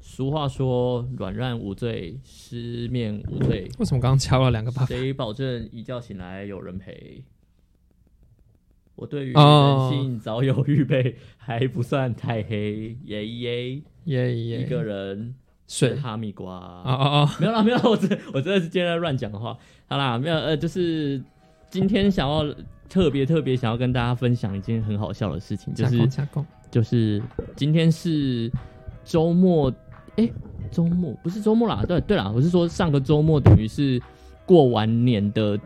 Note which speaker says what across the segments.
Speaker 1: 俗话说“软烂无罪，失面无罪
Speaker 2: 为什么刚刚敲了两个巴”，掌？
Speaker 1: 谁保证一觉醒来有人陪？我对于
Speaker 2: 哦
Speaker 1: 人性早有预备，还不算太黑。耶耶，
Speaker 2: 耶耶，
Speaker 1: 一个人
Speaker 2: 水
Speaker 1: 吃哈密瓜。
Speaker 2: 哦哦哦，
Speaker 1: 没有啦，没有啦，我真我真的是今天在乱讲话。好啦，没有呃，就是今天想要特别特别想要跟大家分享一件很好笑的事情，就
Speaker 2: 加
Speaker 1: 是
Speaker 2: 工加工，
Speaker 1: 就是今天是周末，哎、周末不是周末啦，对对啦，我是说上个周末等于是过完年的，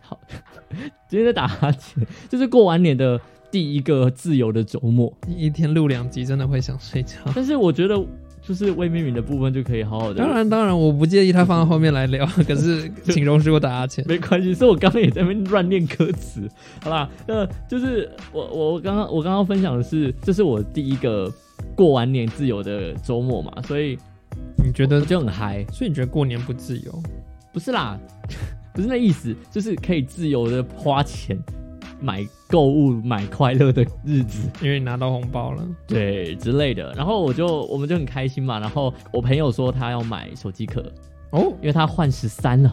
Speaker 1: 好， 今天在打哈欠，就是过完年的第一个自由的周末，
Speaker 2: 你一天录两集真的会想睡 觉。
Speaker 1: 但是我觉得就是魏明敏的部分就可以好好的
Speaker 2: 当。然当然，我不介意他放到后面来 聊，可是请容许我打哈欠。
Speaker 1: 没关系，是我刚刚也在那边乱念歌词，好啦，那就是我我我刚刚我刚刚分享的是，这是我第一个过完年自由的周末嘛，所以
Speaker 2: 你觉
Speaker 1: 我
Speaker 2: 得？
Speaker 1: 就很嗨，
Speaker 2: 所以你觉得过年不自由？
Speaker 1: 不是啦， 不是那意思，就是可以自由的花钱买购物、买快乐的日子，
Speaker 2: 因为你拿到红包了。
Speaker 1: 对之类的。然后我就我们就很开心嘛。然后我朋友说他要买手机壳，
Speaker 2: 哦，
Speaker 1: 因为他换十三了。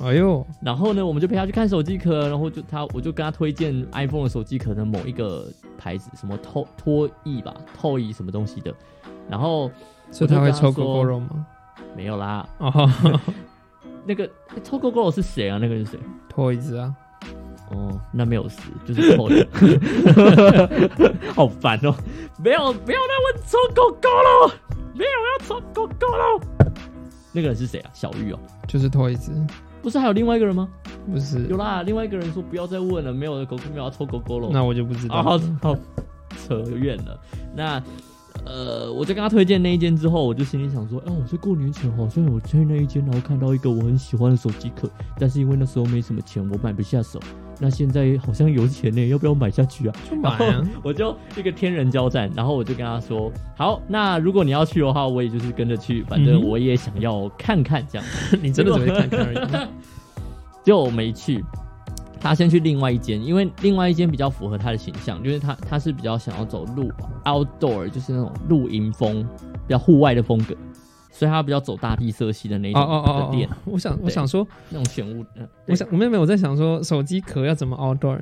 Speaker 2: 哎呦，
Speaker 1: 然后呢，我们就陪他去看手机壳，然后就他我就跟他推荐 iPhone 的手机壳的某一个牌子，什么透脱翼吧，透翼什么东西的。然后
Speaker 2: 所以他会
Speaker 1: 我就
Speaker 2: 抽
Speaker 1: 跟他说
Speaker 2: 狗狗肉吗？
Speaker 1: 没有啦，
Speaker 2: 哦，
Speaker 1: 那个哎诶抽狗狗是谁啊？那个是谁？
Speaker 2: 拖椅子啊，
Speaker 1: 哦，那没有事，就是臭的，好烦哦！没有，不要让我抽狗狗了，没有要抽狗狗了。那个人是谁啊？小玉哦，
Speaker 2: 就是拖椅子，
Speaker 1: 不是还有另外一个人吗？
Speaker 2: 不是
Speaker 1: 有？啦，另外一个人说不要再问了，没有狗狗没有要抽狗狗了。
Speaker 2: 那我就不知
Speaker 1: 啊，
Speaker 2: 道
Speaker 1: 好
Speaker 2: 了。
Speaker 1: 好扯远了。那呃，我就跟他推荐那一间之后，我就心里想说，哦，我在过年前好像有去那一间，然后看到一个我很喜欢的手机壳，但是因为那时候没什么钱，我买不下手。那现在好像有钱呢，要不要买下去啊？
Speaker 2: 就买
Speaker 1: 然后
Speaker 2: 啊，
Speaker 1: 我就一个天人交战，然后我就跟他说：“好，那如果你要去的话，我也就是跟着去，反
Speaker 2: 嗯
Speaker 1: 正
Speaker 2: 哼
Speaker 1: 我也想要看看这样。”
Speaker 2: 你真的只会看看而已。
Speaker 1: 结果我没去，他先去另外一间，因为另外一间比较符合他的形象，就是他他是比较想要走路 outdoor，就是那种露营风，比较户外的风格，所以他比较走大地色系的那
Speaker 2: 哦
Speaker 1: 种
Speaker 2: 哦哦
Speaker 1: 的
Speaker 2: 哦
Speaker 1: 店，
Speaker 2: 哦，我想我想说，
Speaker 1: 那种玄物。呃
Speaker 2: 我想我妹妹我在想说，手机壳要怎么 outdoor？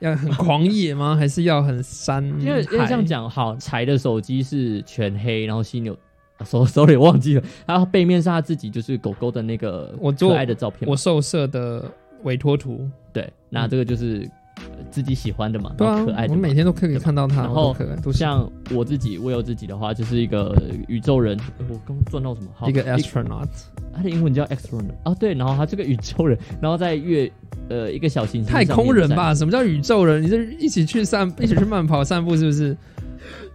Speaker 2: 要很狂野吗？ 还是要很山？
Speaker 1: 因为因为
Speaker 2: 海
Speaker 1: 这样，讲，好，柴的手机是全黑，然后犀牛。啊，so-，sorry，忘记了。然后背面是他自己，就是狗狗的那个
Speaker 2: 我做
Speaker 1: 可爱的照片嘛。
Speaker 2: 我受摄的委托图，
Speaker 1: 对，那这个就是呃自己喜欢的嘛，
Speaker 2: 对
Speaker 1: 然
Speaker 2: 啊
Speaker 1: 后可爱，的
Speaker 2: 我
Speaker 1: 嘛。
Speaker 2: 每天都可以看到它，
Speaker 1: 然后
Speaker 2: 好可爱，都是
Speaker 1: 像我自己，我有自己的话，就是一个宇宙人。呃我刚撞到什么？好
Speaker 2: 一个 astronaut。
Speaker 1: 他的英文叫 astronaut 啊，对，然后他这个宇宙人，然后在月呃一个小行星
Speaker 2: 太空人吧？
Speaker 1: 上
Speaker 2: 什么叫宇宙人？你是一起去 散，一起去慢跑散步是不是？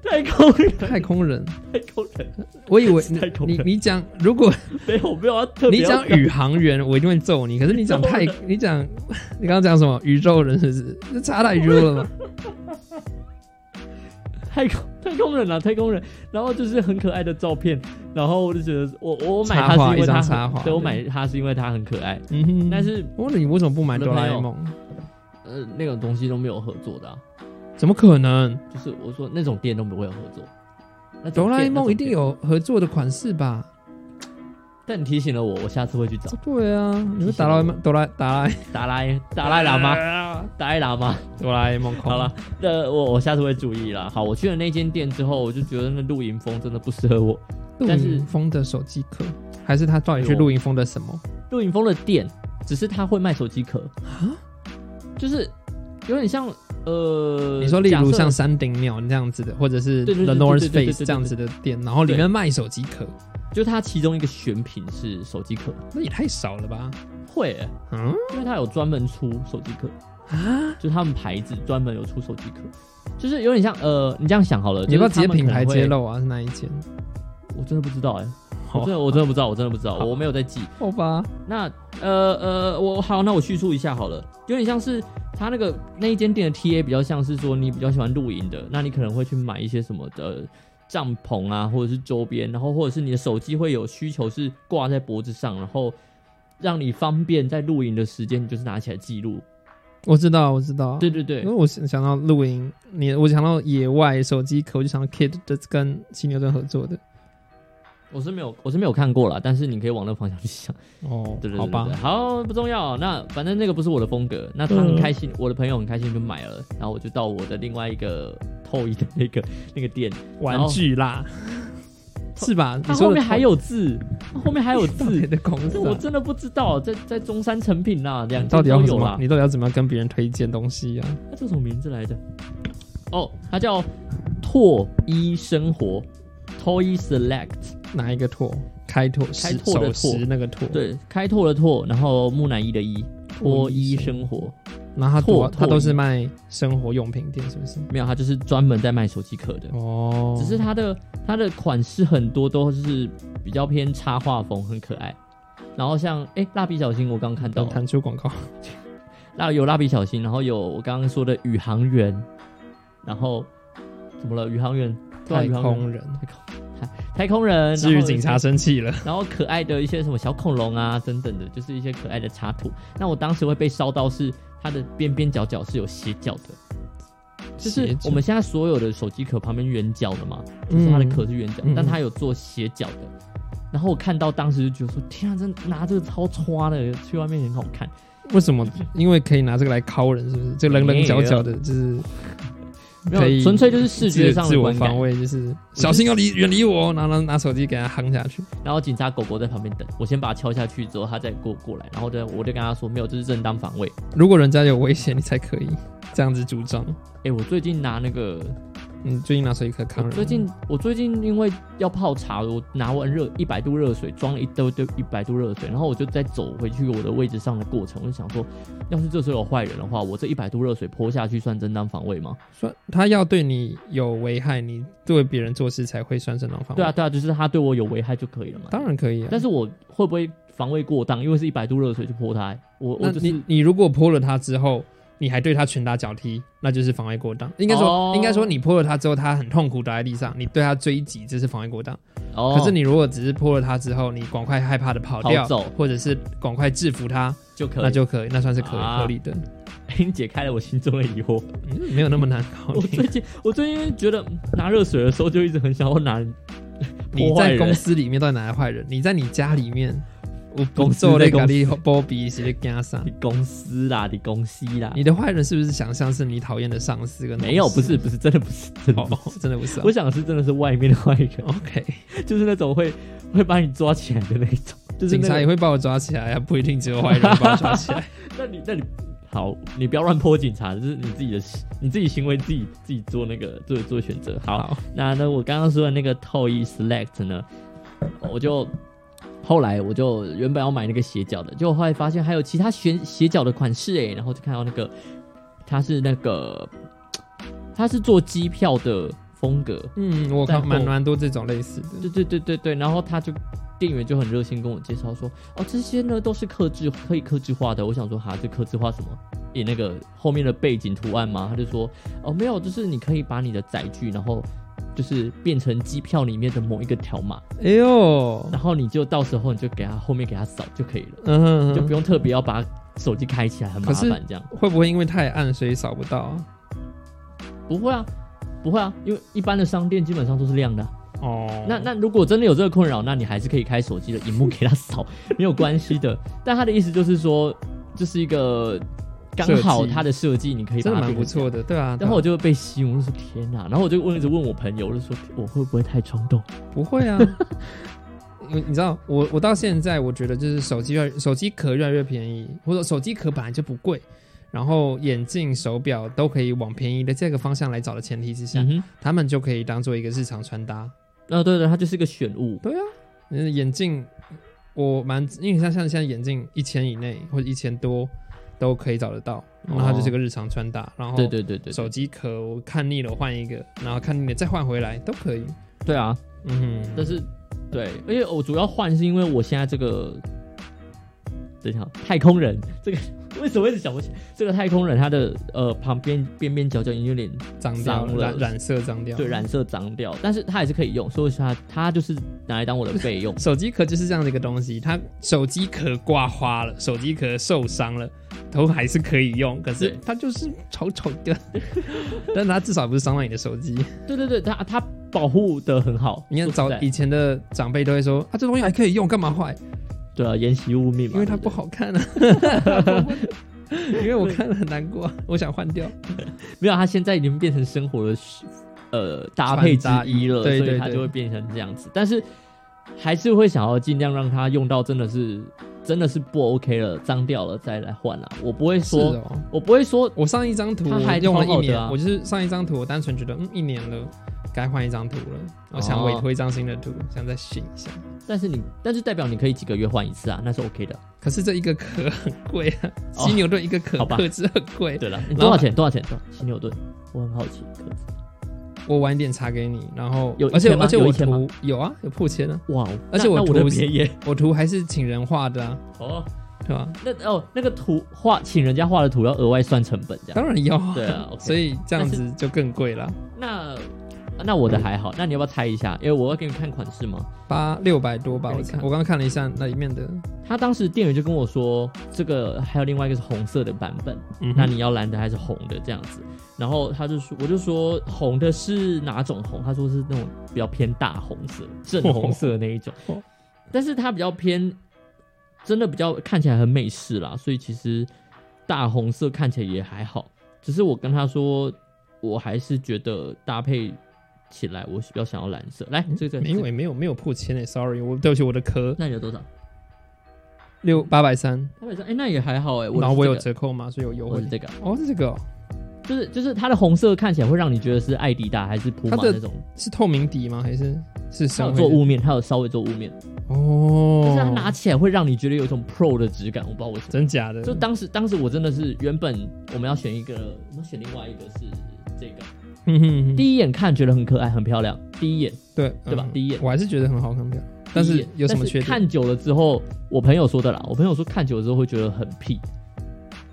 Speaker 1: 面站，太空人，
Speaker 2: 太空人，
Speaker 1: 太空人，
Speaker 2: 我以 为你
Speaker 1: 太空
Speaker 2: 你
Speaker 1: 人
Speaker 2: 你讲，如 果
Speaker 1: 没有没有要特别
Speaker 2: 你讲宇航员，我一定会揍 你。可是你讲太
Speaker 1: 宇宙，
Speaker 2: 你讲你刚刚讲什么宇宙人是不是？这差太多了吧？
Speaker 1: 太空太空人啊，太空人，然后就是很可爱的照片，然后我就觉得我我买它
Speaker 2: 插画
Speaker 1: 是因为
Speaker 2: 一张
Speaker 1: 它
Speaker 2: 插画
Speaker 1: 很，对我买它是因为它很可爱，
Speaker 2: 嗯哼，
Speaker 1: 但是
Speaker 2: 我问你为什么不买
Speaker 1: 我的
Speaker 2: 哆啦
Speaker 1: 朋友
Speaker 2: A 梦？
Speaker 1: 呃那种东西都没有合作的、啊，
Speaker 2: 怎么可能？
Speaker 1: 就是我说那种店都不会有合作。那种
Speaker 2: 哆啦 A
Speaker 1: 店那
Speaker 2: 梦
Speaker 1: 种
Speaker 2: 一定
Speaker 1: 店
Speaker 2: 有合作的款式吧？
Speaker 1: 但你提醒了我，我下次会去找
Speaker 2: 对啊，你会打到哆啦打啦
Speaker 1: 达赖达赖喇嘛，
Speaker 2: 嘛？
Speaker 1: 达赖喇嘛。
Speaker 2: 哆啦 A 梦
Speaker 1: 好了，，那我我下次会注意啦。好，我去了那间店之后，我就觉得那露营风真的不适合我。
Speaker 2: 露
Speaker 1: 但是
Speaker 2: 营风的手机壳，还是他到底去露营风的什么？
Speaker 1: 露营风的店，只是他会卖手机壳，
Speaker 2: 啊
Speaker 1: 就是有点像呃，
Speaker 2: 你说，例
Speaker 1: 假
Speaker 2: 如
Speaker 1: 设
Speaker 2: 像山顶鸟那样子的，或者是
Speaker 1: 对对
Speaker 2: The
Speaker 1: 对对
Speaker 2: North
Speaker 1: 对对对
Speaker 2: Face
Speaker 1: 对
Speaker 2: 这样子的店，然后里面卖手机壳，
Speaker 1: 就它其中一个选品是手机壳，
Speaker 2: 那也太少了吧？
Speaker 1: 会欸、
Speaker 2: 嗯
Speaker 1: 因为它有专门出手机壳，
Speaker 2: 啊，
Speaker 1: 就是他们牌子专门有出手机壳，就是有点像呃，你这样想好了，
Speaker 2: 你要不要
Speaker 1: 就是
Speaker 2: 直接
Speaker 1: 他们
Speaker 2: 品牌
Speaker 1: 可能会
Speaker 2: 揭？露啊？是哪一间？
Speaker 1: 我真的不知道哎、我
Speaker 2: 好
Speaker 1: 真的我真的不知道，我真的不知道，
Speaker 2: 哦好
Speaker 1: 我没有在记。
Speaker 2: 好吧，
Speaker 1: 那呃呃，我好，那我叙述一下好了，有点像是他那个那一间店的 TA 比较像是说你比较喜欢露营的，那你可能会去买一些什么的帐篷啊，或者是周边，然后或者是你的手机会有需求是挂在脖子上，然后让你方便在露营的时间，你就是拿起来记录。
Speaker 2: 我知道，我知道。
Speaker 1: 对对对
Speaker 2: 因为，我想想到露营，你我想到野外手机壳，我就想到 Kid 的跟犀牛顿合作的，
Speaker 1: 我是没有，我是没有看过啦，但是你可以往那个方向去想。
Speaker 2: 哦
Speaker 1: 对对对对
Speaker 2: 好吧
Speaker 1: 对，好不重要。那反正那个不是我的风格。那他很开心，我的朋友很开心就买了，然后我就到我的另外一个透一的那个那个店，
Speaker 2: 玩具啦，是吧？
Speaker 1: 它
Speaker 2: 你
Speaker 1: 后
Speaker 2: 说
Speaker 1: 面
Speaker 2: 的
Speaker 1: 还有字，它后面还有
Speaker 2: 到底
Speaker 1: 字，
Speaker 2: 的公司
Speaker 1: 这
Speaker 2: 啊、
Speaker 1: 我真的不知道，在在中山成品啦，两
Speaker 2: 你到底要
Speaker 1: 间
Speaker 2: 怎
Speaker 1: 都有啊啦？。
Speaker 2: 么你到底要怎么样跟别人推荐东西啊？
Speaker 1: 它叫什么名字来着？哦，它叫拓一生活，Toy Select，
Speaker 2: 哪一个拓？开拓，
Speaker 1: 开
Speaker 2: 石
Speaker 1: 拓的
Speaker 2: 手
Speaker 1: 拓
Speaker 2: 石那个拓。，
Speaker 1: 对，开拓的拓，然后木乃伊的伊，
Speaker 2: 拓
Speaker 1: 脱
Speaker 2: 衣
Speaker 1: 衣
Speaker 2: 生
Speaker 1: 生活。
Speaker 2: 然后他
Speaker 1: 拓
Speaker 2: 拓，他
Speaker 1: 拓
Speaker 2: 都是
Speaker 1: 衣
Speaker 2: 卖生活用品店，是不是？
Speaker 1: 没有，它就是专门在卖手机壳的。
Speaker 2: 哦，
Speaker 1: 只是它的它的款式很多都是比较偏插画风，很可爱。然后像哎，蜡笔小新我刚刚看到
Speaker 2: 等弹出广告。
Speaker 1: 那有蜡笔小新，然后有我刚刚说的宇航员，然后怎么了？宇航员，对啊
Speaker 2: 太
Speaker 1: 宇航员
Speaker 2: 空人，
Speaker 1: 太空人，
Speaker 2: 至于
Speaker 1: 然后
Speaker 2: 警察生气了，
Speaker 1: 然后可爱的一些什么小恐龙啊等等的，就是一些可爱的插图。那我当时会被烧到是它的边边角角是有斜角的，就是
Speaker 2: 斜角
Speaker 1: 我们现在所有的手机壳旁边圆角的嘛，就是它的壳是圆角，
Speaker 2: 嗯嗯
Speaker 1: 但它有做斜角的。然后我看到当时就觉得说，天啊，这拿这个超穿的，去外面很好看。
Speaker 2: 为什么？因为可以拿这个来敲人，是不是？这棱棱角角的，就是
Speaker 1: 没
Speaker 2: 可以
Speaker 1: 有，纯粹就是视觉上
Speaker 2: 自
Speaker 1: 的
Speaker 2: 我
Speaker 1: 观感
Speaker 2: 防。卫，就是小心要离远离我，然后拿拿手机给他夯下去。
Speaker 1: 然后警察狗狗在旁边等，我先把它敲下去之后，它再过过来，然后呢，我就跟他说，没有，这是正当防卫。
Speaker 2: 如果人家有危险，你才可以这样子主张。
Speaker 1: 哎，我最近拿那个
Speaker 2: 你最近拿手机壳扛
Speaker 1: 我
Speaker 2: 人，
Speaker 1: 最近我最近因为要泡茶，我拿完热一百度热水，装了一兜就一百度热水，然后我就在走回去我的位置上的过程，我就想说，要是这时候有坏人的话，我这一百度热水泼下去算正当防卫吗？
Speaker 2: 算他要对你有危害，你对别人做事才会算正当防卫。
Speaker 1: 对啊，，对啊，就是他对我有危害就可以了嘛。
Speaker 2: 当然可以啊。
Speaker 1: 但是我会不会防卫过当？因为是一百度热水就泼他、欸我
Speaker 2: 那
Speaker 1: 我就是
Speaker 2: 你你如果泼了他之后，你还对他拳打脚踢，那就是防卫过当。应该说，
Speaker 1: 哦
Speaker 2: 应该说你泼了他之后，他很痛苦倒在地上，你对他追击，这是防卫过当。
Speaker 1: 哦，
Speaker 2: 可是你如果只是泼了他之后，你赶快害怕的跑掉，
Speaker 1: 逃走
Speaker 2: 或者是赶快制服他，
Speaker 1: 就可以，
Speaker 2: 那就可以，那算是可以、
Speaker 1: 啊
Speaker 2: 合理的、
Speaker 1: 你解开了我心中的疑 惑。
Speaker 2: 嗯，没有那么难搞
Speaker 1: 我最
Speaker 2: 定。
Speaker 1: 近我最近觉得嗯拿热水的时候就一直很想要拿
Speaker 2: 你
Speaker 1: 破坏
Speaker 2: 在
Speaker 1: 人
Speaker 2: 公司里面到底哪来坏人？你在你家里面，我
Speaker 1: 公司
Speaker 2: 做了
Speaker 1: 在
Speaker 2: 咖
Speaker 1: 公司
Speaker 2: 喱波比是在 干啥？
Speaker 1: 你公司啦，你公司啦，
Speaker 2: 你的坏人是不是想象是你讨厌的上司跟同事
Speaker 1: 没有，不是，不是，真的不是，真的不
Speaker 2: 哦
Speaker 1: 是。，
Speaker 2: 真的不是、啊
Speaker 1: 我。想的是真的是外面的坏人，
Speaker 2: OK，
Speaker 1: 就是那种会会把你抓起来的那一种，就是
Speaker 2: 警
Speaker 1: 那
Speaker 2: 察也
Speaker 1: 个。
Speaker 2: 会把我抓起来啊，不一定只有坏人把我抓 起来。
Speaker 1: 那你那你好，你不要乱泼警察，这是你自己的你自己行为，自己自己做那个做做选择。好，
Speaker 2: 好，
Speaker 1: 那那我刚刚说的那个 Toy Select 呢，我就后来我就原本要买那个斜角的，结果后来发现还有其他斜斜角的款式欸诶，然后就看到那个它是那个它是做机票的风格，
Speaker 2: 嗯，我
Speaker 1: 在
Speaker 2: 看
Speaker 1: 后
Speaker 2: 蛮蛮多这种类似的。
Speaker 1: 对对对对对，然后他就店员就很热心跟我介绍说，哦，这些呢都是刻制可以刻制化的。我想说哈，这刻制化什么？也那个后面的背景图案吗？他就说，哦，没有，就是你可以把你的载具，然后就是变成机票里面的某一个条码，
Speaker 2: 哎呦，
Speaker 1: 然后你就到时候你就给他后面给他扫就可以了，
Speaker 2: 嗯哼，
Speaker 1: 就不用特别要把手机开起来，很麻
Speaker 2: 可是
Speaker 1: 烦这样。
Speaker 2: 会不会因为太暗所以扫不到啊？
Speaker 1: 不会啊，不会啊，因为一般的商店基本上都是亮的啊、
Speaker 2: 哦，
Speaker 1: 那那如果真的有这个困扰，那你还是可以开手机的荧幕给他 扫，没有关系的。但他的意思就是说，这是一个刚好
Speaker 2: 设计
Speaker 1: 他的设计，你可以把
Speaker 2: 真
Speaker 1: 它
Speaker 2: 的蛮不错
Speaker 1: 的。
Speaker 2: 的，对啊。
Speaker 1: 然后我
Speaker 2: 对
Speaker 1: 就被吸引，我就说天哪！然后我就问一直问我朋友，我就说我会不会太冲动？
Speaker 2: 啊不会啊。因 为你知道，我我到现在我觉得就是手机越来手机壳越来越便宜，或者手机壳本来就不贵，然后眼镜、手表都可以往便宜的这个方向来找的前提之下，
Speaker 1: 嗯哼，
Speaker 2: 他们就可以当做一个日常穿搭。
Speaker 1: 啊对对，它就是一个选物，
Speaker 2: 对啊，嗯，眼镜我蛮，因为像像现在眼镜一千以内或者一千多都可以找得到，然后它就是个日常穿搭，然后
Speaker 1: 对对对对
Speaker 2: 哦手
Speaker 1: 对
Speaker 2: 机壳我看腻了换一个，然后看腻了再换回来都可以。
Speaker 1: 对啊！
Speaker 2: 嗯哼，
Speaker 1: 但是对，而且我主要换是因为我现在这个，等一下太空人这个为什么一直想不起来？这个太空人它的呃旁边边边角角已经有点
Speaker 2: 脏掉
Speaker 1: 脏
Speaker 2: 了，
Speaker 1: 了
Speaker 2: 染染色脏掉。。
Speaker 1: 对，染色脏掉，但是它还是可以用，所以说它它就是拿来当我的备用
Speaker 2: 手机壳就是这样的一个东西，它手机壳刮花了，手机壳受伤了，都还是可以用，可是
Speaker 1: 对
Speaker 2: 它就是丑丑的，但它至少不是伤到你的手机。
Speaker 1: 对对对，它它保护的很好。
Speaker 2: 你看
Speaker 1: 说实
Speaker 2: 早
Speaker 1: 在
Speaker 2: 以前的长辈都会说啊，这东西还可以用，干嘛坏？
Speaker 1: 对啊，沿袭物命嘛，
Speaker 2: 因为它
Speaker 1: 对
Speaker 2: 不
Speaker 1: 对
Speaker 2: 好看 啊。 因为我看了很难过啊，我想换掉。
Speaker 1: 没有，它现在已经变成生活的呃搭配之一了，
Speaker 2: 对对
Speaker 1: 所以它
Speaker 2: 对
Speaker 1: 就会变成这样子。但是还是会想要尽量让它用到真的是真的是不 OK 了，脏掉了再来换啊。我不会
Speaker 2: 是
Speaker 1: 说，
Speaker 2: 哦，
Speaker 1: 我不会说，
Speaker 2: 我上一张图
Speaker 1: 它还
Speaker 2: 用了一
Speaker 1: 好好
Speaker 2: 年，
Speaker 1: 的啊
Speaker 2: 我就是上一张图，我单纯觉得嗯，一年了，该换一张图了。我想委托一张新的图，想再选一下。
Speaker 1: 但是你但是代表你可以几个月换一次啊，那是 OK 的。
Speaker 2: 可是这一个壳很贵啊，
Speaker 1: 哦
Speaker 2: 犀牛顿一个壳
Speaker 1: 好吧
Speaker 2: 壳子很贵。
Speaker 1: 对了，
Speaker 2: 后
Speaker 1: 多少钱？多少钱？多少犀牛顿，我很好奇。可是
Speaker 2: 我晚点查给你，然后
Speaker 1: 有
Speaker 2: 而且
Speaker 1: 一千吗
Speaker 2: 而且
Speaker 1: 有
Speaker 2: 我
Speaker 1: 一千吗
Speaker 2: 图有啊，有破千啊，
Speaker 1: 哇，
Speaker 2: 而且
Speaker 1: 那
Speaker 2: 我
Speaker 1: 那我的
Speaker 2: 图
Speaker 1: 别耶
Speaker 2: 我图还是请人画的啊，
Speaker 1: 哦，
Speaker 2: 对吧？
Speaker 1: 那哦那个图画请人家画的图要额外算成本这样。
Speaker 2: 当然要啊，
Speaker 1: 对啊，OK
Speaker 2: 所以这样子就更贵了，
Speaker 1: 那那我的还好，那你要不要猜一下？因为我要给你看款式嘛。
Speaker 2: 八六百多吧，
Speaker 1: 我给你
Speaker 2: 我看
Speaker 1: 看
Speaker 2: 我刚刚看了一下那里面的，
Speaker 1: 他当时店员就跟我说，这个还有另外一个是红色的版本，
Speaker 2: 嗯哼
Speaker 1: 那你要蓝的还是红的这样子？然后他就说，我就说红的是哪种红？他说是那种比较偏大红色、正红色那一种，
Speaker 2: 哦
Speaker 1: 但是它比较偏，真的比较看起来很美式啦，所以其实大红色看起来也还好。只是我跟他说，我还是觉得搭配起来我比较想要蓝色。来，这个
Speaker 2: 嗯没
Speaker 1: 这
Speaker 2: 有
Speaker 1: 个
Speaker 2: 没有没有破千诶，sorry，我欸对不起我的壳
Speaker 1: 那你有多少？
Speaker 2: 六八百三，
Speaker 1: 他们说，哎、那也还好哎、我的
Speaker 2: 然后我
Speaker 1: 是
Speaker 2: 有
Speaker 1: 这个
Speaker 2: 折扣嘛，所以有优
Speaker 1: 我
Speaker 2: 惠
Speaker 1: 是。这个。
Speaker 2: 哦，是这个哦
Speaker 1: 就是就是它的红色看起来会让你觉得是艾迪达还是普马
Speaker 2: 它的
Speaker 1: 那种，
Speaker 2: 是透明底吗？还是是
Speaker 1: 它有
Speaker 2: 深
Speaker 1: 做
Speaker 2: 灰
Speaker 1: 雾面，它有稍微做雾面，
Speaker 2: 的？哦，
Speaker 1: 但是它拿起来会让你觉得有一种 pro 的质感，我不知道为什么。
Speaker 2: 真假的？
Speaker 1: 就当时当时我真的是原本我们要选一个，我们选另外一个是这个，
Speaker 2: 嗯哼哼
Speaker 1: 第一眼看觉得很可爱很漂亮，第一眼
Speaker 2: 对
Speaker 1: 对吧
Speaker 2: 嗯
Speaker 1: 第一眼
Speaker 2: 我还是觉得很好看，漂亮。但
Speaker 1: 第一
Speaker 2: 是
Speaker 1: 眼
Speaker 2: 有什么
Speaker 1: 但是
Speaker 2: 缺点？
Speaker 1: 看久了之后，我朋友说的啦，我朋友说看久了之后会觉得很屁。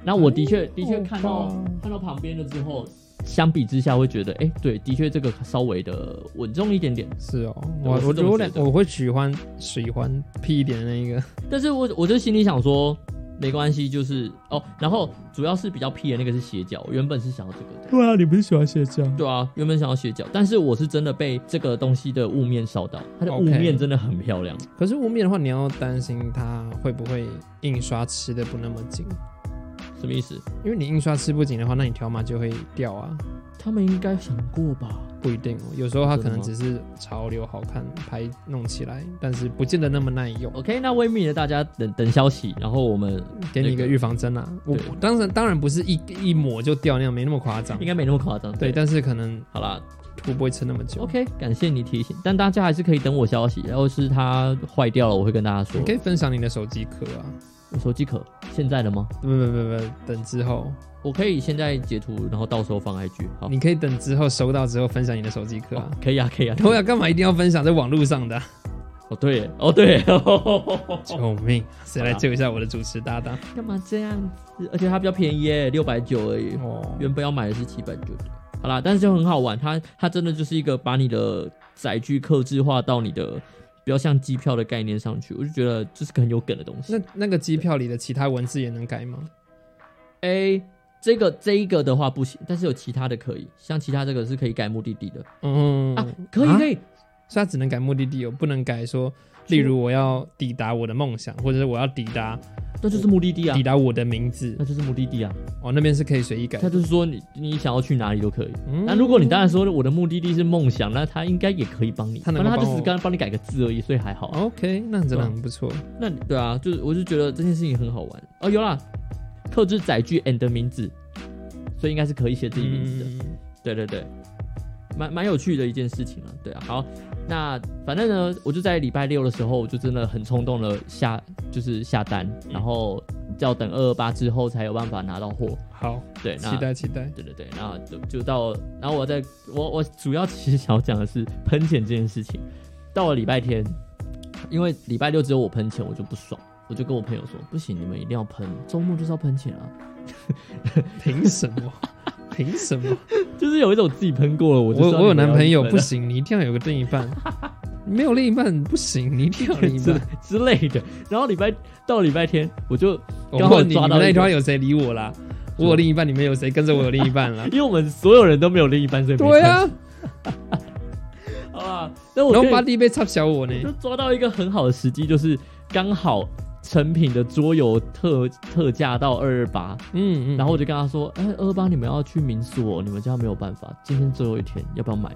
Speaker 1: 那我的
Speaker 2: 哎
Speaker 1: 确的确看到
Speaker 2: 哦
Speaker 1: 看到旁边了之后，相比之下会觉得，哎、对，的确这个稍微的稳重一点点。
Speaker 2: 是哦，
Speaker 1: 对
Speaker 2: 我
Speaker 1: 我是
Speaker 2: 我
Speaker 1: 这
Speaker 2: 觉得
Speaker 1: 么
Speaker 2: 我
Speaker 1: 觉
Speaker 2: 两
Speaker 1: 得
Speaker 2: 我会喜欢喜欢屁一点的那一个，
Speaker 1: 但是我我就心里想说，没关系，就是哦，然后主要是比较屁的那个是斜角，我原本是想要这个的，
Speaker 2: 对啊，你不是喜欢邪教？
Speaker 1: 对啊，原本想要斜角，但是我是真的被这个东西的雾面烧到，它的雾
Speaker 2: OK
Speaker 1: 面真的很漂亮
Speaker 2: 可是雾面的话，你要担心它会不会印刷吃的不那么紧，
Speaker 1: 什么意思？
Speaker 2: 因为你印刷吃不紧的话，那你条码就会掉啊，
Speaker 1: 他们应该想过吧？
Speaker 2: 不一定哦。有时候它可能
Speaker 1: 真
Speaker 2: 只是潮流好看拍弄起来，但是不见得那么耐用。
Speaker 1: OK，那微米的大家等等消息，然后我们
Speaker 2: 给你一个
Speaker 1: 那个
Speaker 2: 预防针啊，我
Speaker 1: 对
Speaker 2: 当然当然不是一一抹就掉那样，没那么夸张
Speaker 1: 应。该没那么夸张。
Speaker 2: 对，但是可能
Speaker 1: 好啦
Speaker 2: 图不会撑那么久。
Speaker 1: ，OK，感谢你提醒，但大家还是可以等我消息。要是它坏掉了，我会跟大家说
Speaker 2: 你。可以分享你的手机壳啊，
Speaker 1: 我手机壳现在的吗？
Speaker 2: 不不不不，等之后，
Speaker 1: 我可以现在截图，然后到时候放 IG。好，
Speaker 2: 你可以等之后收到之后分享你的手机壳啊
Speaker 1: 哦。可以啊，可以啊。
Speaker 2: 对啊，干嘛一定要分享在网络上的啊、
Speaker 1: 哦，对耶，哦 对耶，
Speaker 2: 救命！谁来
Speaker 1: 好啦
Speaker 2: 救一下我的主持搭档？
Speaker 1: 干嘛这样子？而且它比较便宜耶，六百九而已。
Speaker 2: 哦，
Speaker 1: 原本要买的是七百九。好啦，但是就很好玩，它它真的就是一个把你的载具克制化到你的比较像机票的概念上去，我就觉得这是个很有梗的东西。
Speaker 2: 那那个机票里的其他文字也能改吗？
Speaker 1: A 哎这个这一个的话不行，但是有其他的可以，像其他这个是可以改目的地的、
Speaker 2: 嗯，
Speaker 1: 啊，可以
Speaker 2: 啊
Speaker 1: 可以，
Speaker 2: 所以它只能改目的地哦，不能改说，例如我要抵达我的梦想，或者是我要抵达
Speaker 1: 那就是目的地啊
Speaker 2: 抵，达我的名字
Speaker 1: 那。就是目的地啊，
Speaker 2: 哦，那边是可以随意改
Speaker 1: 他。就是说你你想要去哪里都可以。
Speaker 2: 嗯
Speaker 1: 那如果你当然说我的目的地是梦想，那他应该也可以帮你，
Speaker 2: 他
Speaker 1: 反
Speaker 2: 能
Speaker 1: 正
Speaker 2: 够
Speaker 1: 他就
Speaker 2: 帮
Speaker 1: 只
Speaker 2: 我
Speaker 1: 是刚刚帮你改个字而已，所以还好。
Speaker 2: OK，那真的
Speaker 1: 对啊
Speaker 2: 很不错。
Speaker 1: 那对啊，就是我就觉得这件事情很好玩哦。有啦，克制载具 and 名字，所以应该是可以写自己名字的。
Speaker 2: 嗯，
Speaker 1: 对对对，蛮蛮有趣的一件事情啊。对啊，好，那反正呢，我就在礼拜六的时候，我就真的很冲动的下就是下单，然后要等二二八之后才有办法拿到货。
Speaker 2: 好，
Speaker 1: 对，那
Speaker 2: 期待期待。
Speaker 1: 对对对，然后就就到，然后我在我我主要其实想要讲的是喷钱这件事情。到了礼拜天，因为礼拜六只有我喷钱，我就不爽，我就跟我朋友说，不行，你们一定要喷，周末就是要喷钱啊，
Speaker 2: 凭什 么？凭什么？
Speaker 1: 就是有一种自己喷过了，我
Speaker 2: 我
Speaker 1: 就知道
Speaker 2: 我有
Speaker 1: 你们
Speaker 2: 男
Speaker 1: 要
Speaker 2: 朋友，
Speaker 1: 喷
Speaker 2: 不
Speaker 1: 了
Speaker 2: 行，你一定要有个另一 半。没有另一半不行，你一定要有另一
Speaker 1: 之
Speaker 2: 半。
Speaker 1: 之类的。然后礼拜到礼拜天，我就啊
Speaker 2: 我
Speaker 1: 刚好
Speaker 2: 问你，你
Speaker 1: 抓
Speaker 2: 们
Speaker 1: 到
Speaker 2: 那一一团
Speaker 1: 个？
Speaker 2: 有谁理我啦？我有另一半，你们有谁跟着我有另一半啦
Speaker 1: 因为我们所有人都没有另一半，所以没
Speaker 2: 对啊，
Speaker 1: 但啊我可以
Speaker 2: Nobody 被插小我呢
Speaker 1: 我，就抓到一个很好的时机，就是刚好成品的桌游特特价到二二八，
Speaker 2: 嗯嗯，
Speaker 1: 然后我就跟他说：“哎、二二八你们要去民宿、哦，你们家没有办法，今天最后一天，要不要买？”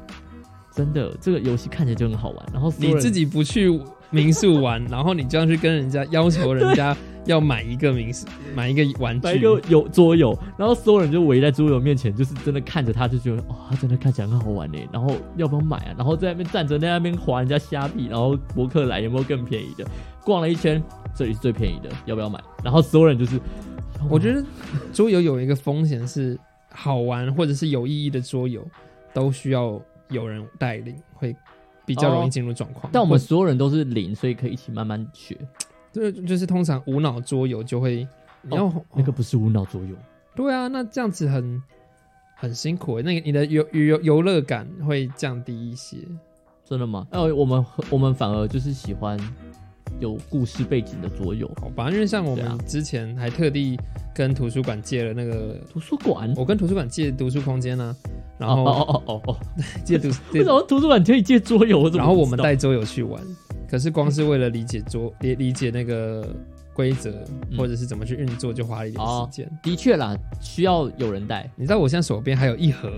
Speaker 1: 真的，这个游戏看起来就很好玩。然后所有
Speaker 2: 你
Speaker 1: 人
Speaker 2: 自己不去民宿玩，然后你这样去跟人家要求 人家要买一个民宿，买一个玩
Speaker 1: 买一
Speaker 2: 具，
Speaker 1: 个有桌游，然后所有人就围在桌游面前，就是真的看着他，就觉得哇、他真的看起来很好玩呢。然后要不要买啊？然后在那边站着，在那边划人家虾币，然后博客来有没有更便宜的？逛了一圈，这里是最便宜的，要不要买？然后所有人就是，
Speaker 2: 我觉得桌游有一个风险是，好玩或者是有意义的桌游，都需要有人带领，会比较容易进入状况。
Speaker 1: 但我们
Speaker 2: 或
Speaker 1: 所有人都是零，所以可以一起慢慢学。
Speaker 2: 就是就是通常无脑桌游就会，你要、
Speaker 1: 哦那个不是无脑作用，
Speaker 2: 对啊，那这样子很很辛苦欸，那个你的游游游游乐感会降低一些。
Speaker 1: 真的吗？呃，我们我们反而就是喜欢有故事背景的桌游。
Speaker 2: 好吧，因为像我
Speaker 1: 对啊
Speaker 2: 们之前还特地跟图书馆借了那个，
Speaker 1: 图书馆，
Speaker 2: 我跟图书馆借读书空间呢、然
Speaker 1: 哦
Speaker 2: 后
Speaker 1: 哦哦哦哦，
Speaker 2: 借 读，借
Speaker 1: 为什么图书馆可以借桌游？怎么
Speaker 2: 然后我们
Speaker 1: 不知道
Speaker 2: 带桌游去玩，可是光是为了理解桌理理解那个规则
Speaker 1: 嗯哦
Speaker 2: 或者是怎么去运作，就花了一点时间。
Speaker 1: 的确啦，需要有人带。
Speaker 2: 你知道我现在手边还有一盒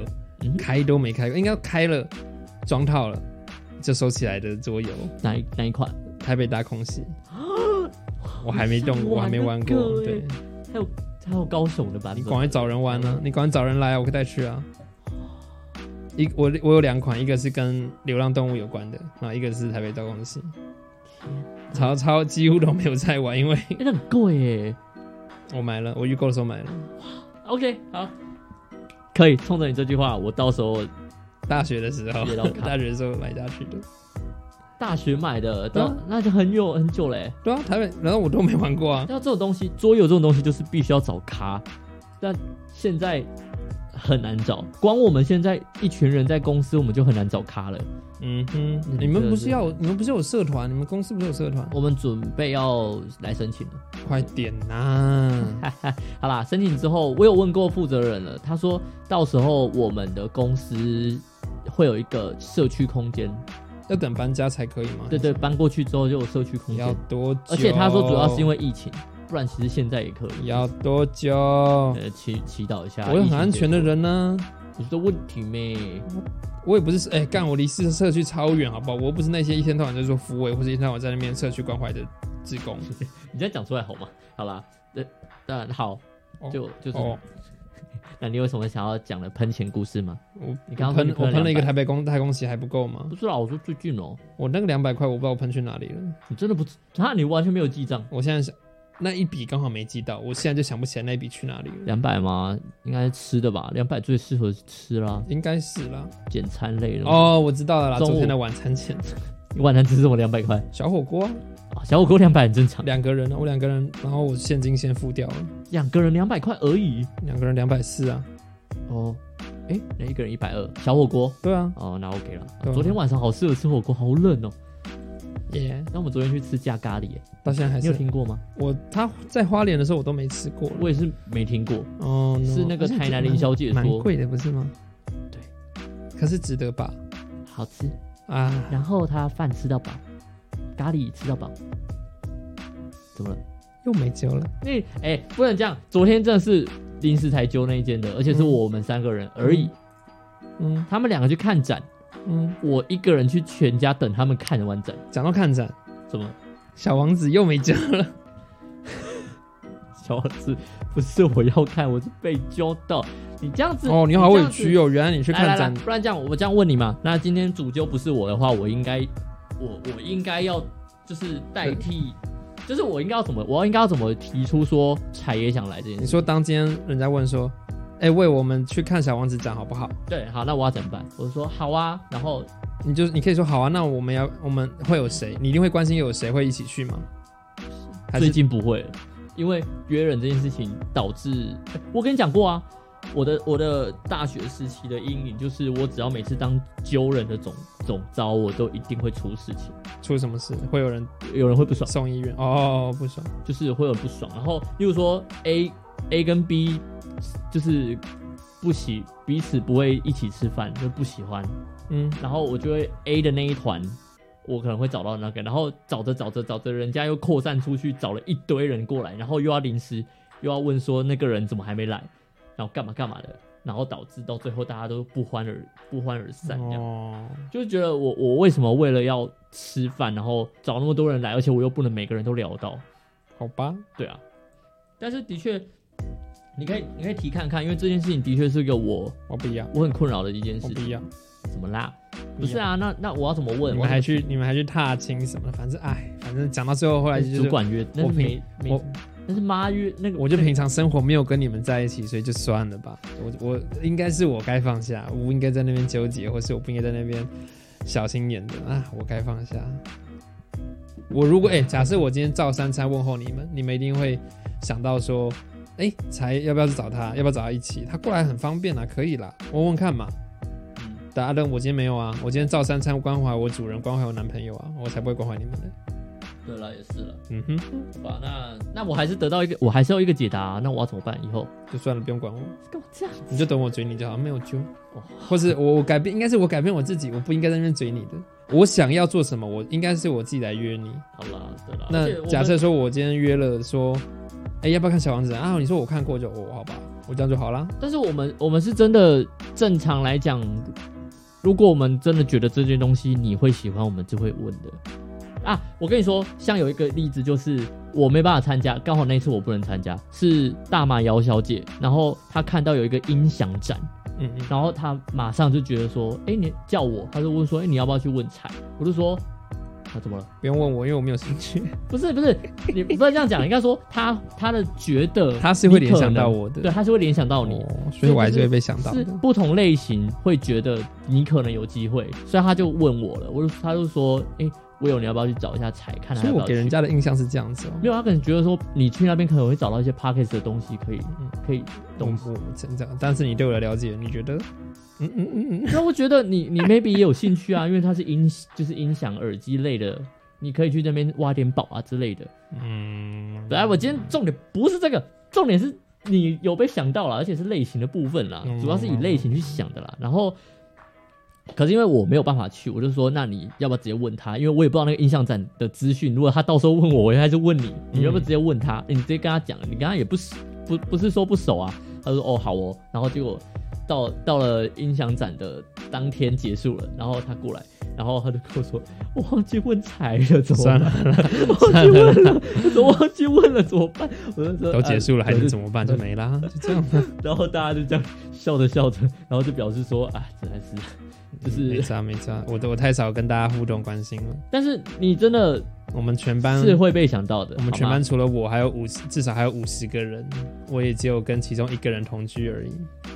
Speaker 1: 嗯，
Speaker 2: 开都没开过，应该开了装套了就收起来的桌游《
Speaker 1: 哪一哪一款？
Speaker 2: 台北大空袭》，我还没动
Speaker 1: 想
Speaker 2: 过，我还没玩
Speaker 1: 玩哦那
Speaker 2: 过。
Speaker 1: 个
Speaker 2: 对
Speaker 1: 欸还有还有高雄的嗯版
Speaker 2: 你
Speaker 1: 本。
Speaker 2: 赶快找人玩啊！你赶快找人来啊！我可以带去啊。一我我有两款，一个是跟流浪动物有关的，然后一个是台北大空袭。
Speaker 1: 嗯
Speaker 2: 曹操几乎都没有在玩，因为
Speaker 1: 哎、那很贵耶。
Speaker 2: 我买了，我预购的时候买了，
Speaker 1: OK，好，可以冲着你这句话，我到时候
Speaker 2: 大学的时候
Speaker 1: 也到，卡
Speaker 2: 大学的时候买下去的。
Speaker 1: 大学买的，
Speaker 2: 对
Speaker 1: 到、
Speaker 2: 啊
Speaker 1: 那就很有很久嘞。
Speaker 2: 对啊，台北，然后我都没玩过啊。
Speaker 1: 那这种东西，桌游这种东西就是必须要找咖，但现在很难找。光我们现在一群人在公司，我们就很难找咖了。
Speaker 2: 嗯哼，
Speaker 1: 嗯
Speaker 2: 你们不
Speaker 1: 这
Speaker 2: 是
Speaker 1: 个
Speaker 2: 要，你们不是有社团，你们公司不是有社团？
Speaker 1: 我们准备要来申请了。
Speaker 2: 快点呐！
Speaker 1: 好啦，申请之后，我有问过负责人了，他说到时候我们的公司会有一个社区空间，
Speaker 2: 要等搬家才可以吗？
Speaker 1: 对对，搬过去之后就有社区空
Speaker 2: 要
Speaker 1: 间，
Speaker 2: 多久？
Speaker 1: 而且他说主要是因
Speaker 2: 为
Speaker 1: 为疫情，不然其实现在也可以。
Speaker 2: 要多久？
Speaker 1: 呃祈祈祷一下，
Speaker 2: 我有很安全的
Speaker 1: 疫情
Speaker 2: 人呢、
Speaker 1: 结束，你说问题没？
Speaker 2: 我也不是哎干、我离社社区超远，好不好？我又不是那些一天到晚就说扶委或者一天到晚在那边社区关怀的志工。
Speaker 1: 你这样讲出来好吗？好啦，呃，当然好，
Speaker 2: 哦
Speaker 1: 就就是，
Speaker 2: 哦，
Speaker 1: 那你有什么想要讲的喷钱故事吗？
Speaker 2: 我
Speaker 1: 你刚刚说
Speaker 2: 喷
Speaker 1: 你
Speaker 2: 我
Speaker 1: 喷了
Speaker 2: 喷了一个
Speaker 1: 200
Speaker 2: 台北公太空旗还不够吗
Speaker 1: 不？是啦，我说最近哦，
Speaker 2: 我那个两百块，我不知道我喷去哪里了。
Speaker 1: 你真的不知，啊，你完全没有记账，
Speaker 2: 我现在想，那一笔刚好没记到，我现在就想不起来那一笔去哪里了。
Speaker 1: 两百吗？应该是吃的吧，两百最适合吃啦。
Speaker 2: 应该是啦。
Speaker 1: 简餐类的。哦，
Speaker 2: 哦，我知道了啦，
Speaker 1: 中午
Speaker 2: 昨天的晚餐钱，
Speaker 1: 你晚餐吃什么？两百块
Speaker 2: 小火锅啊，
Speaker 1: 啊，小火锅两百很正常，
Speaker 2: 两个人啊，我两个人，然后我现金先付掉了，
Speaker 1: 两个人两百块而已。
Speaker 2: 两个人两百四啊。
Speaker 1: 哦，哎，那一个人一百二，小火锅。
Speaker 2: 对啊，
Speaker 1: 哦，那 OK 了。
Speaker 2: 对啊
Speaker 1: 昨天晚上好适合吃火锅，好冷哦。
Speaker 2: 耶、
Speaker 1: 那我们昨天去吃加咖喱耶，
Speaker 2: 到现在还
Speaker 1: 你有
Speaker 2: 是
Speaker 1: 听过吗？
Speaker 2: 我他在花莲的时候我都没吃过了。
Speaker 1: 我也是没听过，
Speaker 2: 哦、no
Speaker 1: 是那个
Speaker 2: 而且
Speaker 1: 台南
Speaker 2: 蛮
Speaker 1: 林小姐
Speaker 2: 蛮
Speaker 1: 说
Speaker 2: 贵的，不是吗？
Speaker 1: 对，
Speaker 2: 可是值得吧？
Speaker 1: 好吃，
Speaker 2: 啊，
Speaker 1: 然后他饭吃到饱，咖喱吃到饱。怎么了？
Speaker 2: 又没救了。
Speaker 1: 那哎、不能这样。昨天真的是临时才揪那一间的，而且是
Speaker 2: 嗯
Speaker 1: 我们三个人而已。
Speaker 2: 嗯
Speaker 1: 他们两个去看展，
Speaker 2: 嗯，
Speaker 1: 我一个人去全家等他们看完展。
Speaker 2: 讲到看展，
Speaker 1: 怎么？
Speaker 2: 小王子又没救了。
Speaker 1: 小儿子，不是我要看，我是被揪到。你这样子，
Speaker 2: 哦，你好委屈
Speaker 1: 哦。
Speaker 2: 哦，原来你去
Speaker 1: 去
Speaker 2: 看展。
Speaker 1: 不然这样，我这样问你嘛。那今天主揪不是我的话，我应该，我我应该要就是代替，就是我应该要怎么，我应该要怎么提出说彩也想来这件
Speaker 2: 你
Speaker 1: 事？
Speaker 2: 说当今天人家问说，哎、喂，我们去看小王子展好不好？
Speaker 1: 对，好，那我要怎么办？我说好啊，然后
Speaker 2: 你就你可以说好啊，那我们要我们会有谁？你一定会关心有谁会一起去吗？还
Speaker 1: 最
Speaker 2: 是
Speaker 1: 近不会了，因为约人这件事情导致，欸我跟你讲过啊，我的我的大学时期的阴影就是，我只要每次当揪人的总总招，我都一定会出事情，
Speaker 2: 出什么事会有人
Speaker 1: 有人会不爽，
Speaker 2: 送医院？哦，不爽。
Speaker 1: 就是会有人不爽。然后，例如说 A A 跟 B 就是不喜彼此不会一起吃饭，就不喜欢。
Speaker 2: 嗯，
Speaker 1: 然后我就会 A 的那一团，我可能会找到那个，然后找着找着找着，人家又扩散出去，找了一堆人过来，然后又要临时又要问说那个人怎么还没来，然后干嘛干嘛的，然后导致到最后大家都不欢而不欢而散，这样、
Speaker 2: 哦，
Speaker 1: 就是觉得我我为什么为了要吃饭，然后找那么多人来，而且我又不能每个人都聊到，
Speaker 2: 好吧，
Speaker 1: 对啊，但是的确。你可以，你可以提看看，因为这件事情的确是一个我
Speaker 2: 我不要，
Speaker 1: 我很困扰的一件
Speaker 2: 我
Speaker 1: 事
Speaker 2: 不
Speaker 1: 情。
Speaker 2: 要，
Speaker 1: 怎么啦？
Speaker 2: 不
Speaker 1: 不是啊，那那我要怎么问？
Speaker 2: 你
Speaker 1: 我
Speaker 2: 们还去你们还去踏青什么的，反正哎，反正讲到最后，后来就
Speaker 1: 主
Speaker 2: 是
Speaker 1: 管约，那是
Speaker 2: 我
Speaker 1: 没
Speaker 2: 平
Speaker 1: 没
Speaker 2: 我，
Speaker 1: 那是妈约那个，
Speaker 2: 我就
Speaker 1: 那个
Speaker 2: 平常生活没有跟你们在一起，所以就算了吧。我我应该是我该放下，我不应该在那边纠结，或是我不应该在那边小心眼的啊，我该放下。我如果
Speaker 1: 啊
Speaker 2: 哎、假设我今天照三餐问候你们，你们一定会想到说，哎、才要不要去找他？要不要找他一起？他过来很方便啊，可以啦，问问看嘛。答案我今天没有啊，我今天照三餐关怀我主人，关怀我男朋友啊，我才不会关怀你们呢。
Speaker 1: 对了，也是了，
Speaker 2: 嗯哼，
Speaker 1: 好吧，那那我还是得到一个，我还是要一个解答啊、那我要怎么办？以后
Speaker 2: 就算了，不用管我。
Speaker 1: 干嘛这样？
Speaker 2: 你就等我追你就好，没有揪
Speaker 1: 哇，
Speaker 2: 或是我我改变，应该是我改变我自己，我不应该在那边追你的。我想要做什么，我应该是我自己来约你。
Speaker 1: 好啦，对了，而且
Speaker 2: 那
Speaker 1: 我们
Speaker 2: 假设说我今天约了说，哎、要不要看小王子啊？你说我看过就哦，好吧，我这样就好啦。
Speaker 1: 但是我们我们是真的正常来讲，如果我们真的觉得这件东西你会喜欢，我们就会问的。啊，我跟你说，像有一个例子就是我没办法参加，刚好那次我不能参加，是大马瑶小姐，然后她看到有一个音响展，
Speaker 2: 嗯嗯，
Speaker 1: 然后她马上就觉得说，哎、你叫我，她就问说，哎、你要不要去问菜？我就说，啊，怎么了？
Speaker 2: 不用问我，因为我没有 兴趣。
Speaker 1: 不是不是，你不要这样讲，应该说她她的觉得
Speaker 2: 他是会
Speaker 1: 你
Speaker 2: 联
Speaker 1: 可
Speaker 2: 想到
Speaker 1: 能，
Speaker 2: 我的，
Speaker 1: 对，她是会联想到你，
Speaker 2: 哦，所以我还是会被想到
Speaker 1: 是
Speaker 2: 的。
Speaker 1: 不同类型会觉得你可能有机会，所以他就问我了，我就他就说，哎、我有你要不要去找一下彩，看他
Speaker 2: 所以
Speaker 1: 要不
Speaker 2: 我
Speaker 1: 要
Speaker 2: 给人
Speaker 1: 去。
Speaker 2: 家的印象是这样子哦。
Speaker 1: 没有，他可能觉得说你去那边可能会找到一些 p o c k e t 的东西，可以
Speaker 2: 嗯，
Speaker 1: 可以
Speaker 2: 懂
Speaker 1: 懂。
Speaker 2: 不？真的，但是你对我的了解，你觉得？嗯嗯嗯嗯，
Speaker 1: 那我觉得你你 maybe 也有兴趣啊，因为它是音就是音响耳机类的，你可以去那边挖点宝啊之类的。
Speaker 2: 嗯，
Speaker 1: 本来啊我今天重点不是这个，重点是你有被想到了，而且是类型的部分啦，
Speaker 2: 嗯
Speaker 1: 主要是以类型去想的啦。然后，可是因为我没有办法去，我就说那你要不要直接问他？因为我也不知道那个印象展的资讯。如果他到时候问我，我还是问你，你
Speaker 2: 嗯
Speaker 1: 要不要直接问他？你直接跟他讲，你跟他也不熟不不是说不熟啊。他就说哦好哦，然后结果到到了音响展的当天结束了，然后他过来，然后他就跟我说我忘记问财了，怎么办
Speaker 2: 算了。
Speaker 1: 忘 记问了，我忘记问了怎么办？我就说
Speaker 2: 都结束了，还能怎
Speaker 1: 么？
Speaker 2: 么办？就没啦，就这样，
Speaker 1: 然后大家就这样笑着笑着，然后就表示说啊，这还是就是
Speaker 2: 嗯没，差没差。我我太少跟大家互动关心了。
Speaker 1: 但是你真的
Speaker 2: 我们全班，
Speaker 1: 是会被想到的。
Speaker 2: 我们全
Speaker 1: 好吗
Speaker 2: 班除了我，还有五十，至少还有五十个人，我也只有跟其中一个人同居而已。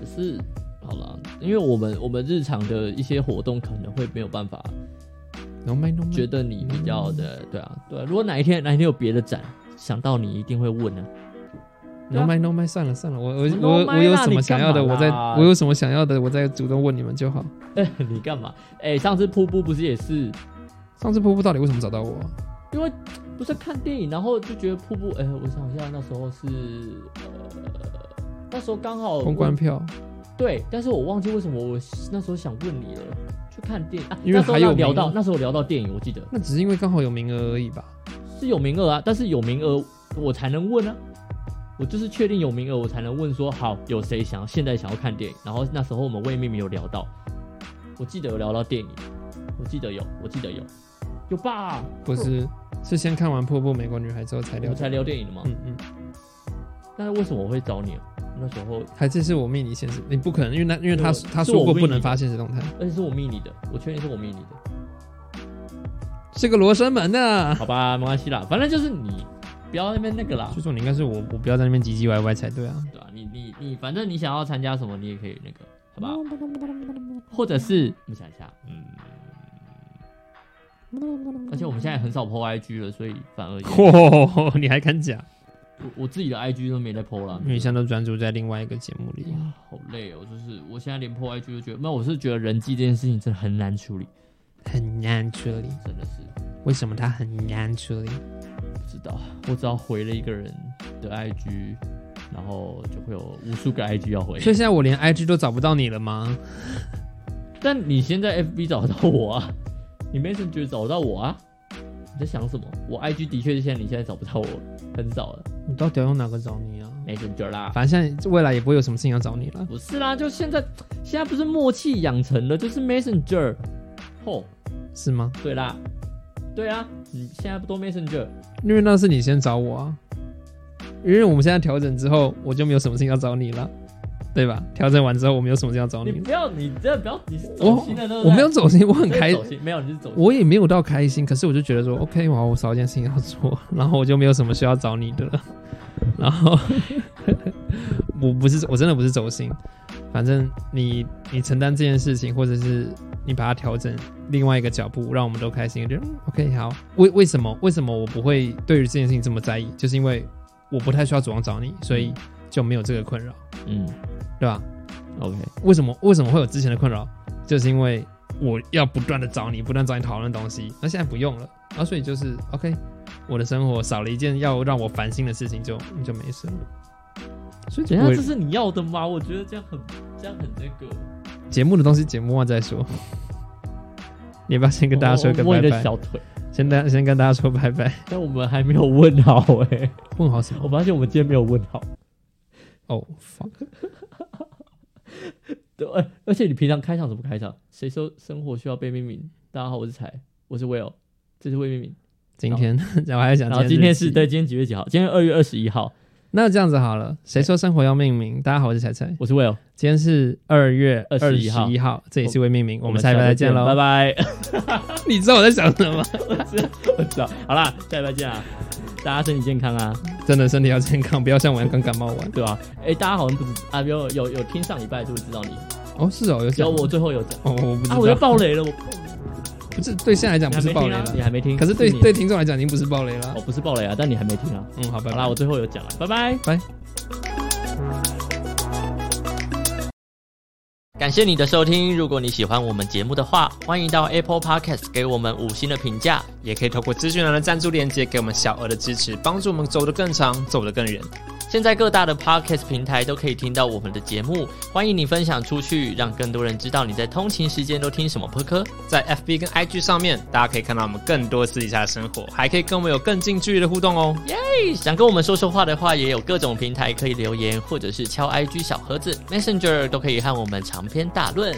Speaker 1: 只是好了，因为我们我们日常的一些活动可能会没有办法
Speaker 2: No man, no man
Speaker 1: 觉得你比较的，对啊，对啊。如果哪一天哪一天有别的展，想到你一定会问啊。对
Speaker 2: No
Speaker 1: 啊
Speaker 2: man, no man，算了算了，我我
Speaker 1: 什么
Speaker 2: 我
Speaker 1: no man
Speaker 2: 我有
Speaker 1: 啦
Speaker 2: 什么
Speaker 1: 你
Speaker 2: 想要的，
Speaker 1: 干嘛
Speaker 2: 我再
Speaker 1: 啦
Speaker 2: 我有什么想要的，我再主动问你们就好。
Speaker 1: 你干嘛？哎、上次瀑布不是也是
Speaker 2: 上次瀑布到底为什么找到我啊？
Speaker 1: 因为不是看电影，然后就觉得瀑布，哎、我想一下，那时候是呃，那时候刚好
Speaker 2: 公关票，
Speaker 1: 对，但是我忘记为什么我那时候想问你了，去看电影，啊、
Speaker 2: 因为
Speaker 1: 那时候
Speaker 2: 还有
Speaker 1: 聊
Speaker 2: 名
Speaker 1: 到
Speaker 2: 额
Speaker 1: 那时候聊到电影，我记得
Speaker 2: 那只是因为刚好有名额而已吧？
Speaker 1: 是有名额啊，但是有名额我才能问啊，我就是确定有名额我才能问说好有谁想要现在想要看电影，然后那时候我们未命名有聊到，我记得有聊到电影，我记得有，我记得有，有吧？
Speaker 2: 不是，是先看完瀑布美国女孩之后
Speaker 1: 嗯我
Speaker 2: 才聊
Speaker 1: 们
Speaker 2: 的。
Speaker 1: 才聊电影的吗？
Speaker 2: 嗯嗯。
Speaker 1: 但是为什么我会找你啊？那时候
Speaker 2: 还这是我命你现实，你不可能，因为那因为他
Speaker 1: 是我
Speaker 2: 他
Speaker 1: 是
Speaker 2: 说
Speaker 1: 我
Speaker 2: 过
Speaker 1: 命
Speaker 2: 不能
Speaker 1: 你
Speaker 2: 发现实动态，
Speaker 1: 而且是我密你的，我确定是我密你的，
Speaker 2: 是个罗生门啊呐、
Speaker 1: 好吧，没关系啦，反正就是你不要那边那个啦
Speaker 2: 就，说你应该是我，我不要在那边唧唧歪歪才对 啊。
Speaker 1: 对吧、你你你，反正你想要参加什么，你也可以那个，好吧？或者是我想一下，嗯，而且我们现在很少 PO IG 了，所以反而也
Speaker 2: 嚯、哦你还敢讲？
Speaker 1: 我我自己的 IG 都没在 PO 了
Speaker 2: 因。为你现在都专注在另外一个节目里。
Speaker 1: 哇好累哦！就是我现在连 PO IG 都觉得，那我是觉得人际这件事情真的很难处理，
Speaker 2: 很难处理，
Speaker 1: 真的是
Speaker 2: 为什么他很难处理？
Speaker 1: 不知道。我只要回了一个人的 IG，然后就会有无数个 IG 要回。
Speaker 2: 所以现在我连 IG 都找不到你了吗？
Speaker 1: 但你现在 FB 找得到我啊， 你 Messenger 找得到我啊？你在想什么？我 IG 的确是现在你现在找不到我，很早了
Speaker 2: 你到底要用哪个找你啊？
Speaker 1: Messenger 啦。
Speaker 2: 反正现在未来也不会有什么事情要找你了。
Speaker 1: 不是啦，就现在现在不是默契养成了，就是 Messenger。哦，
Speaker 2: 是吗？
Speaker 1: 对啦，对啊，你现在不都 Messenger？
Speaker 2: 因为那是你先找我啊，因为我们现在调整之后，我就没有什么事情要找你了，对吧？调整完之后，我没有什么事情要找
Speaker 1: 你
Speaker 2: 哦你了。
Speaker 1: 不要，你这不要，你是走
Speaker 2: 我
Speaker 1: 心的，对不对
Speaker 2: 我没有，走心，我很
Speaker 1: 你是
Speaker 2: 开
Speaker 1: 走，心，没有，你是走心。
Speaker 2: 我也没有到开心，可是我就觉得说，OK，我好我少一件事情要做，然后我就没有什么需要找你的了。 然后 我不是，我真的不是走心，反正你你承担这件事情，或者是你把它调整另外一个脚步，让我们都开心，我觉得嗯 OK 好。为为什么为什么我不会对于这件事情这么在意？就是因为我不太需要主动找你，所以就没有这个困扰，
Speaker 1: 嗯
Speaker 2: 对吧？
Speaker 1: ，OK，
Speaker 2: 为什么为什么会有之前的困扰？就是因为我要不断的找你，不断地找你讨论东西，那现在不用了，然后所以就是 OK，我的生活少了一件要让我烦心的事情就，就没事了。所以
Speaker 1: 等一下
Speaker 2: 我
Speaker 1: 这是你要的吗？我觉得这样很这样很那个。
Speaker 2: 节目的东西节目完再说。你要不要先跟大家说一个
Speaker 1: 我摸
Speaker 2: 拜
Speaker 1: 你的
Speaker 2: 拜？
Speaker 1: 小腿，
Speaker 2: 先大先跟大家说拜拜。
Speaker 1: 但我们还没有问好哎、
Speaker 2: 问好什
Speaker 1: 我
Speaker 2: 么？
Speaker 1: 发现我们今天没有问好。
Speaker 2: 哦、fuck，
Speaker 1: 对，而而且你平常开场怎么开场？谁说生活需要被命名？大家好，我是才，我是 Will，这是魏明明。
Speaker 2: 今天我还想
Speaker 1: 然后今天是
Speaker 2: 对，
Speaker 1: 对，今天几月几号？今天二月二十一号，
Speaker 2: 那这样子好了，谁说生活要命名？大家好，我是彩彩，
Speaker 1: 我是 Will，
Speaker 2: 今天是二月二十
Speaker 1: 21号
Speaker 2: 一号，这也是未命名，我们下
Speaker 1: 下
Speaker 2: 礼拜
Speaker 1: 礼
Speaker 2: 再见喽，
Speaker 1: 拜拜。
Speaker 2: 你知道我在想什么吗？
Speaker 1: 我知道，好啦，下礼拜见啊，大家身体健康啊，
Speaker 2: 真的身体要健康，不要像我一样刚感冒完。
Speaker 1: 对吧、哎、大家好像不知啊，有有有听上礼拜是不是知道你？
Speaker 2: 哦，是哦，有
Speaker 1: 有
Speaker 2: 讲
Speaker 1: 我最后有讲
Speaker 2: 哦，我不知道，
Speaker 1: 啊，我又爆雷了，我
Speaker 2: 不是对现在来讲
Speaker 1: 你
Speaker 2: 不
Speaker 1: 还
Speaker 2: 是
Speaker 1: 没
Speaker 2: 暴
Speaker 1: 听
Speaker 2: 雷
Speaker 1: 啊
Speaker 2: 了，
Speaker 1: 你还没听，
Speaker 2: 可是对
Speaker 1: 你
Speaker 2: 对听众来讲已经不是暴雷了
Speaker 1: 哦。不是爆雷啊，但你还没听啊。
Speaker 2: 嗯，好，拜
Speaker 1: 好
Speaker 2: 拜
Speaker 1: 啦，。我最后有讲了，拜拜，
Speaker 2: 拜。
Speaker 1: 感谢你的收听，如果你喜欢我们节目的话，欢迎到 Apple Podcast 给我们五星的评价。
Speaker 3: 也可以透过资讯栏的赞助链接给我们小额的支持，帮助我们走得更长，走得更远。
Speaker 1: 现在各大的 Podcast 平台都可以听到我们的节目，欢迎你分享出去，让更多人知道你在通勤时间都听什么播客。
Speaker 3: 在 FB 跟 IG 上面，大家可以看到我们更多私底下的生活，还可以跟我们有更近距离的互动哦。
Speaker 1: 想跟我们说说话的话，也有各种平台可以留言，或者是敲 IG 小盒子、Messenger 都可以和我们长篇大论。